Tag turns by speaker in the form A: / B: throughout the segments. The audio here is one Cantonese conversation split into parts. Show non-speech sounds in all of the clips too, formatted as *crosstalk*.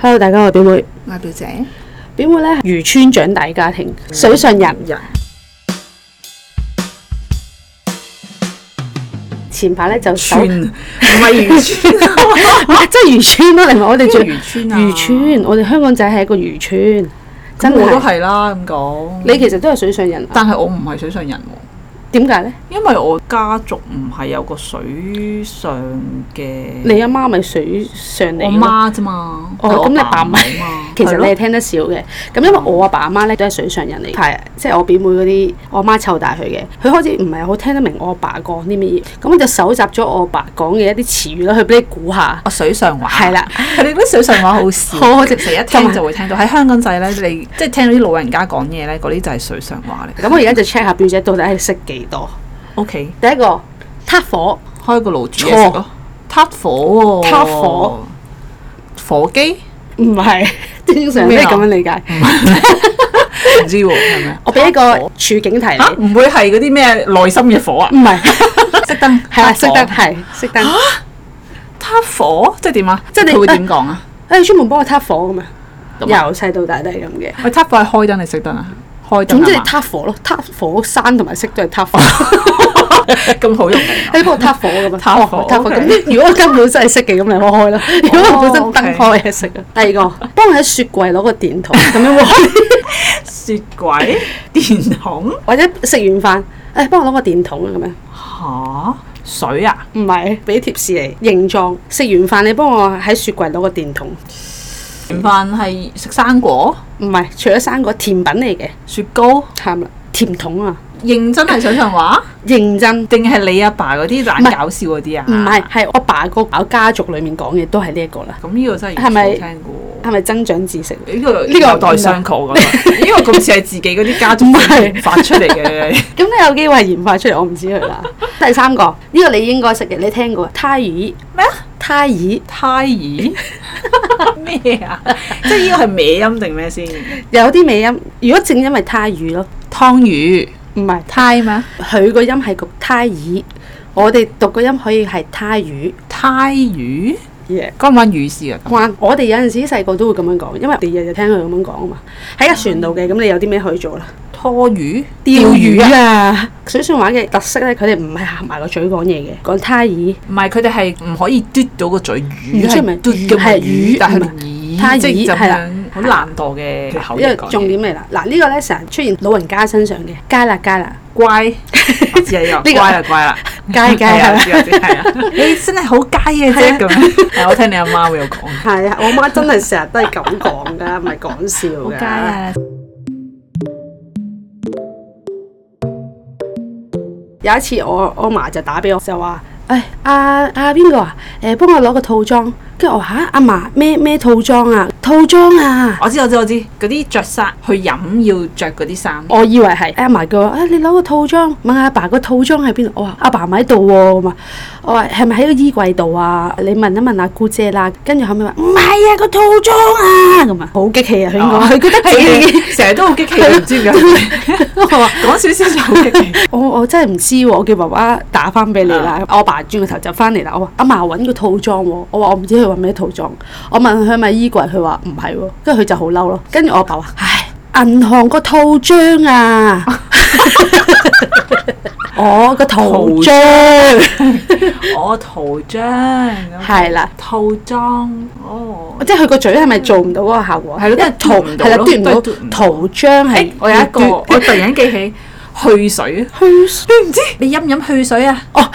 A: Hello，大家好，我表妹。
B: 我係啊表姐，
A: 表妹咧，漁村長大家庭，
B: 嗯
A: 水上人人。前排咧就手
B: 村唔係 *laughs* 漁村啊，
A: *laughs* 唔係真係漁村咯，你明我哋住
B: 漁村啊
A: 漁村，我哋香港仔係一個漁村，真
B: 咁我都
A: 係。
B: 係啦咁講。
A: 你其實都係水上人，啊
B: 但係我唔係水上人喎，
A: 點解咧？
B: 因為我家族唔係有個水上嘅，
A: 你阿媽咪水上嚟
B: 我
A: 咯
B: 媽啫嘛。
A: 哦
B: 係我
A: 咁你爸唔係
B: 唔嘛？
A: *laughs* 其實你係
B: 係咯
A: 聽得少嘅，咁因為我阿爸阿媽咧都係水上人嚟，係啊即係我表妹嗰啲，我阿媽湊大佢嘅，佢開始唔係好聽得明我阿爸講啲乜嘢，咁我就搜集咗我阿爸講嘅一啲詞語啦，去俾你估下，
B: 我水上話
A: 係啦，
B: 佢哋啲水上話 *laughs* 好少，
A: 好好食
B: 成日
A: 同埋
B: 聽就會聽到。喺香港仔咧，你即係聽到啲老人家講嘢咧，嗰啲就係水上話嚟。
A: 咁我而家就 check 下表姐到底係識幾多。
B: 屋企
A: 第一個撻火，
B: 開個爐煮嘢食咯，撻火喎，
A: 撻火，
B: 火機
A: 唔係正常都係咁樣理解。
B: 唔知喎係咪？啊
A: 我俾一個處境題
B: 嚇
A: 你，
B: 唔會係嗰啲咩內心嘅火啊？
A: 唔 *laughs* 係
B: 熄燈 *laughs*
A: 係啦，
B: 熄
A: 熄燈係熄燈，
B: 撻火即係點啊？
A: 即係你
B: 佢會點講啊？
A: 誒哎專門幫我撻火咁嘛，
B: 咁啊
A: 由細到大都係咁嘅。
B: *laughs* 喂，撻火係開燈定熄燈啊？開燈
A: 總之你
B: 係嘛
A: 撻火咯，撻火山同埋熄都係撻火，
B: *laughs* 咁好用嚟啊。
A: *laughs* 喺嗰度撻火咁嘛，
B: 撻火
A: 哦撻火
B: OK
A: 咁你如果根本真係熄嘅，咁你開開啦；如果我本身
B: 哦
A: 燈開嘅熄啊。 *laughs* 第二個，幫佢喺雪櫃攞個電筒咁樣喎， *laughs*
B: 雪櫃、電筒
A: 或者食完飯，誒幫我攞個電筒啊咁樣。
B: 嚇水啊？
A: 唔係，俾貼士你形狀。食完飯你幫我喺雪櫃攞個電筒，
B: 完飯係食生果、
A: 唔係除咗生果甜品嚟嘅，
B: 雪糕，
A: 慘啦，甜筒啊，
B: 認真係水上話，
A: 認真。
B: 定係你阿爸嗰啲
A: 唔係
B: 懶搞笑嗰啲啊？
A: 唔係，係我爸個搞家族裡面講嘅都係呢一個啦，
B: 咁呢個真係
A: 係咪
B: 係咪聽過？
A: 係咪增長知識？啊
B: 呢個
A: 呢個
B: 有待商榷， *laughs* 我覺得呢個咁似係自己嗰啲家族
A: 唔係
B: 發出嚟嘅。
A: 咁你有機會係研發出嚟，我唔知佢
B: *laughs*
A: 啦。第三個，呢、個你應該識嘅，你聽過胎兒
B: 咩啊？
A: 胎兒
B: 胎 *laughs* 兒咩啊？即係呢個係咩音定咩先？
A: 有啲尾音，如果正音係胎語咯，
B: 湯魚
A: 唔係
B: 胎咩？
A: 佢個音係個胎兒，我哋讀個音可以係胎語。
B: 胎魚
A: Yeah.
B: 關唔關魚事啊？
A: 關我哋有陣時細個都會咁樣講，因為我哋日日聽佢咁樣講啊嘛。喺
B: 嗯
A: 架船度嘅，咁你有啲咩可以做啦？
B: 拖魚、
A: 啊！水上話嘅特色咧，佢哋唔係合埋個嘴講嘢嘅，講胎兒。
B: 唔係佢哋係唔可以嘟到個嘴
A: 魚
B: 魚，
A: 出名
B: 係嘟嘅
A: 係魚
B: 魚，但係佢
A: 唔
B: 哋
A: 胎
B: 耳
A: 魚
B: 即係咁
A: 係啦
B: 樣好懶惰嘅口
A: 因為
B: 嚟講嘢
A: 重點嚟啦，嗱、呢個咧成日出現老人家身上嘅，街啦街啦。
B: *laughs* 乖，我知啊有
A: 呢個
B: 乖啦乖啦，
A: 乖乖
B: 係
A: 係
B: 啊
A: 啦
B: 知啊知係啊， *laughs* 你真 *laughs* 係好乖嘅啫咁樣。係啊我聽你阿媽會有講，好
A: 係啊，我媽真係成日都係咁講噶，唔係講笑㗎。！
B: 啊
A: 有一次我我嫲就打俾我，就話：，誒阿阿邊個啊？誒、幫我攞個套裝。跟住我話吓阿嫲咩咩套裝啊？套裝啊！
B: 我知我知我知，嗰啲着衫去飲要着嗰啲衫。
A: 我以為係阿嫲叫我啊，你攞個套裝，問阿爸個套裝喺邊度？我話阿爸唔喺度喎，咁啊，我話係咪喺個衣櫃度啊？你問一問阿姑姐啦。跟住後尾話唔係啊，個套裝啊，咁啊，好激氣啊！佢講
B: 哦
A: 佢覺得 *laughs* 自己，
B: 成日都好激氣，唔知點解。
A: 我話
B: 講少少就好激氣。
A: 我我真係唔知喎，我叫爸爸打翻俾你啦。我爸轉個頭就翻嚟啦。我話阿嫲揾個套裝喎，我話我唔知佢揾咩套裝。我問佢係咪衣櫃，佢話唔係喎，跟住佢就好嬲咯。跟住我爸話：唉，銀行個套章
B: *laughs*
A: 啊！我個套
B: 套
A: 章
B: 我圖章，
A: 係啦，
B: 套裝哦。
A: 即係佢個嘴係咪做唔到嗰個效果？
B: 係咯
A: 因為
B: 都係嘟唔到
A: 係啦，
B: 咯
A: 嘟唔到
B: 都係嘟唔到
A: 圖章係
B: 誒，我有一個，
A: 嘟
B: 我突然間記起去水。
A: 去水
B: 你唔知你飲唔飲去水啊？哦， *laughs*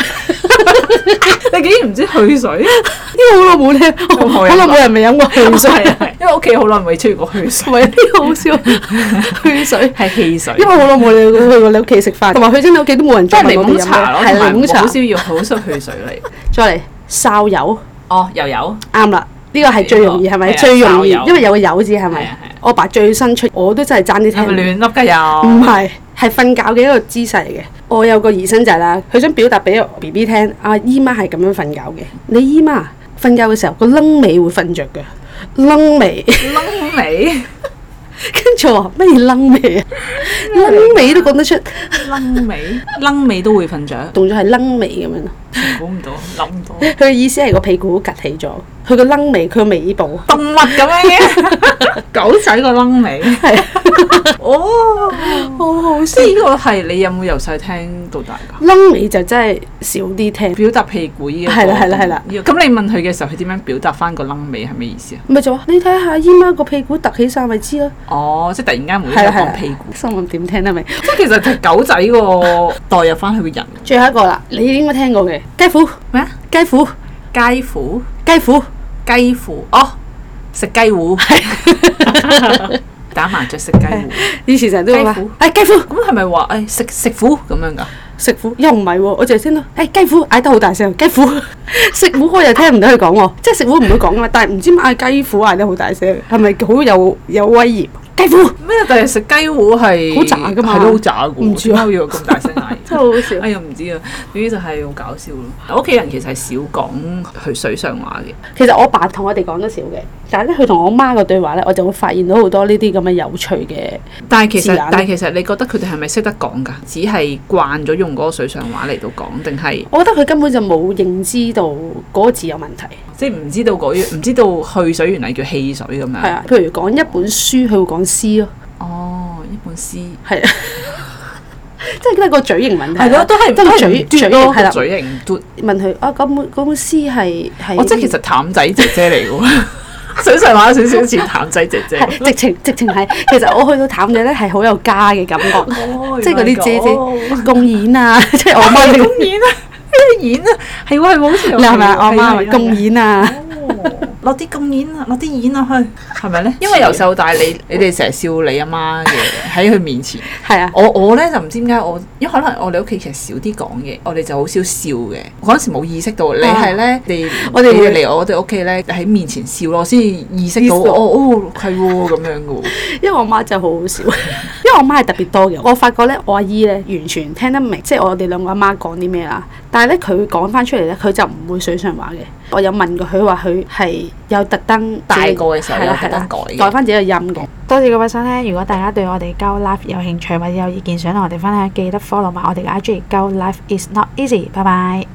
B: 你竟然唔知去水？
A: 呢個好耐冇聽，我
B: 都
A: 好
B: 冇人
A: 耐冇人未
B: *laughs*
A: 飲過汽水
B: 係啊，因為屋企好耐未出現過去水，
A: 唔係呢個好笑，去水。
B: 係汽水。
A: 因為好耐冇你去過你屋企食飯，同埋去親你屋企都冇人
B: 即
A: 再
B: 係
A: 問
B: 檸
A: 我哋
B: 檬
A: 飲
B: 茶
A: 咩，
B: 咯，
A: 係檸檬
B: 同埋好少
A: 茶。
B: 要好少去水嚟。
A: 再嚟哨油，
B: 哦，又有
A: 啱啦，呢個係最容易係咪？
B: 係啊
A: 最容易，
B: 哨友
A: 因為有個友字係
B: 係
A: 咪
B: 啊係啊？
A: 我爸最新出，我都真係爭啲
B: 係
A: 聽唔
B: 咪
A: 明。
B: 亂笠㗎又？
A: 唔係，係瞓覺嘅一個姿勢嚟嘅。我有個姨甥仔啦，佢想表達俾 B B 聽，啊姨媽係咁樣瞓覺嘅。你姨媽瞓覺嘅時候個楞尾會瞓着嘅，楞尾。 *laughs*
B: 窿尾，
A: 跟住我話乜嘢楞尾 *laughs* 啊？楞尾都講得出，
B: 楞尾，楞尾都會瞓着。
A: 動作係楞尾咁樣咯。
B: 估唔到，諗唔到，
A: 佢嘅意思係個屁股趌起咗，佢個楞尾，佢個尾部
B: 動物咁樣嘅，狗仔個楞尾，
A: 係
B: 哦，
A: 好好
B: 即係呢個係你有冇由細聽到大㗎？
A: 楞尾就真係少啲聽，
B: 表達屁股呢一個
A: 係啦係啦係啦
B: 呢個咁你問佢嘅時候，佢點樣表達翻個楞尾係咩意思啊？
A: 咪就話你睇下姨媽個屁股突起晒咪知咯，
B: 哦，即係突然間無
A: 係
B: 端
A: 啦
B: 端
A: 係啦
B: 講屁股，
A: 心諗點聽得明？
B: 即係其實係狗仔個代入翻佢個人
A: 最後一個啦，你應該聽過嘅雞虎
B: 咩啊？
A: 雞虎
B: 雞虎
A: 雞虎，
B: 雞虎哦，食雞糊，打麻雀食雞糊。
A: 以前成日都會話
B: 雞虎
A: 誒雞虎
B: 咁係咪話
A: 哎
B: 誒食食虎咁樣㗎？
A: 食虎，又唔係喎，我就係聽到誒雞虎嗌得好大聲，雞虎 *laughs* 食虎我又聽唔到佢講喎，即係食虎唔會講噶嘛，但係唔知點解嗌雞虎嗌得好大聲，係咪好有有威嚴？雞虎
B: 咩？但係食雞糊係
A: 好渣㗎嘛
B: 係都好渣㗎喎，
A: 唔知啊
B: 點解要咁大聲嗌？
A: *laughs* 真係好笑
B: 哎呀，唔知啊，總之就係好搞笑咯。我屋企人其實係少講佢水上話嘅，
A: 其實我爸同我哋講得少嘅，但係咧佢同我媽個對話咧，我就會發現到好多呢啲咁嘅有趣嘅。
B: 但係其
A: 是
B: 實
A: 但
B: 但係其實你覺得佢哋係咪識得講㗎？只係慣咗用嗰個水上話嚟到講，定係
A: 我覺得佢根本就冇認知到嗰個字有問題。
B: 即係唔知道嗰樣，唔知道去水原嚟叫汽水咁樣？
A: 係啊，譬如講一本書，佢會講詩咯，
B: 哦，一本詩。
A: 係啊， *laughs* 即係都係個嘴型問題啊。
B: 係咯，都係
A: 都係嘴嘴型係啦。
B: 嘴型嘟。
A: 問佢啊，嗰本嗰本詩係係
B: 我哦即係其實淡仔姐姐嚟嘅 *laughs* 喎，水上話有少少似淡仔姐姐。
A: 係直情直情係，其實我去到淡仔咧係好有家嘅
B: *laughs*
A: 感覺，即係嗰啲姐姐共演啊，即哦係我媽
B: *laughs*
A: 你
B: 公演啊，咩演啊，係喎係喎，好似有
A: 係咪啊我媽咪
B: 係啊
A: 共演啊？
B: 落啲咁演啊，落啲演啊去，係咪咧？因為由細到大，你你哋成日笑你阿媽嘅喺佢面前。
A: 係啊，
B: 我我咧就唔知點解我，因為可能我哋屋企其實少啲講嘢，我哋就好少笑嘅。我嗰陣時冇意識到，你係咧，你
A: 哦我哋
B: 你
A: 會
B: 嚟我哋屋企咧喺面前笑咯，我先意識到
A: 意識到
B: 哦哦係喎咁樣嘅喎。
A: 因為我媽真係好好笑， *laughs* 因為我媽係特別多嘅。我發覺咧，我阿姨咧完全聽得明，即係我哋兩個阿媽講啲咩啦。但係咧，佢講翻出嚟咧，佢就唔會水上話嘅。我有問過佢話，佢係有特登
B: 大個嘅時候
A: 係啦
B: 有特登
A: 係啦
B: 改嘅
A: 改翻自己嘅音嘅。
C: 多謝各位收聽，如果大家對我哋 Go Life 有興趣或者有意見想同我哋分享，記得 follow 埋我哋嘅 IG Go Life is not easy。拜拜。